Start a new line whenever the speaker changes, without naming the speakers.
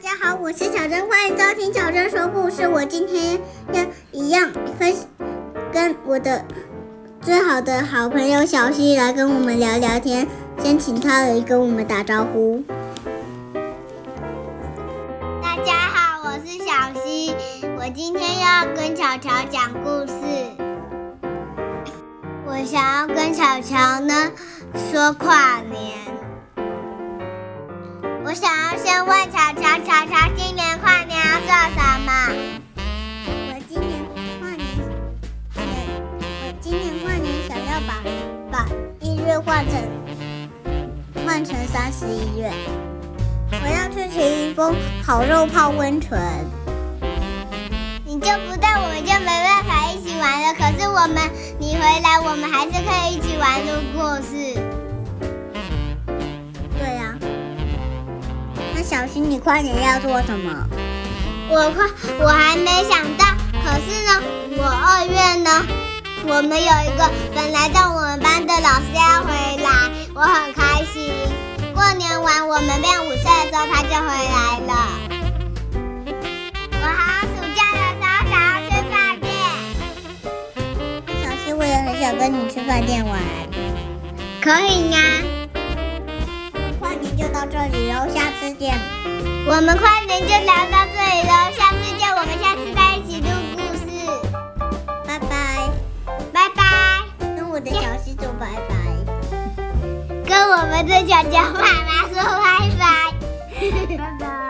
家好，我是小珍，欢迎收听小珍说故事。我今天要一样分跟我的最好的好朋友小西来跟我们聊聊天，先请他来跟我们打招呼。
大家好，我是小溪，我今天要跟巧巧讲故事。我想要跟巧巧呢说跨年。我想要先问巧巧，巧巧今年跨年要做什么？
我今年跨年，我今年跨年想要把把一月换成换成三十一月。我要去秦云峰烤肉泡温泉。
你就不带，我们就没办法一起玩了。可是我们，你回来，我们还是可以一起玩。如果是
对呀、那小新，你跨年要做什么？
我快，我还没想到。可是呢，我二月呢，我们有一个本来在我们班的老师要回来，我很开心。过年完我们变五岁的时候，他就回来了。我好暑假的时候想要去饭店，
小新，我也很想跟你去饭店玩。
可以呀。
跨年就到这里喽，下次见。
我们跨年就聊到这里了，下次见，我们下次再一起录故事，
拜拜，
拜拜。
跟我的小西说拜拜，
跟我们的小脚妈妈说拜拜。
拜拜。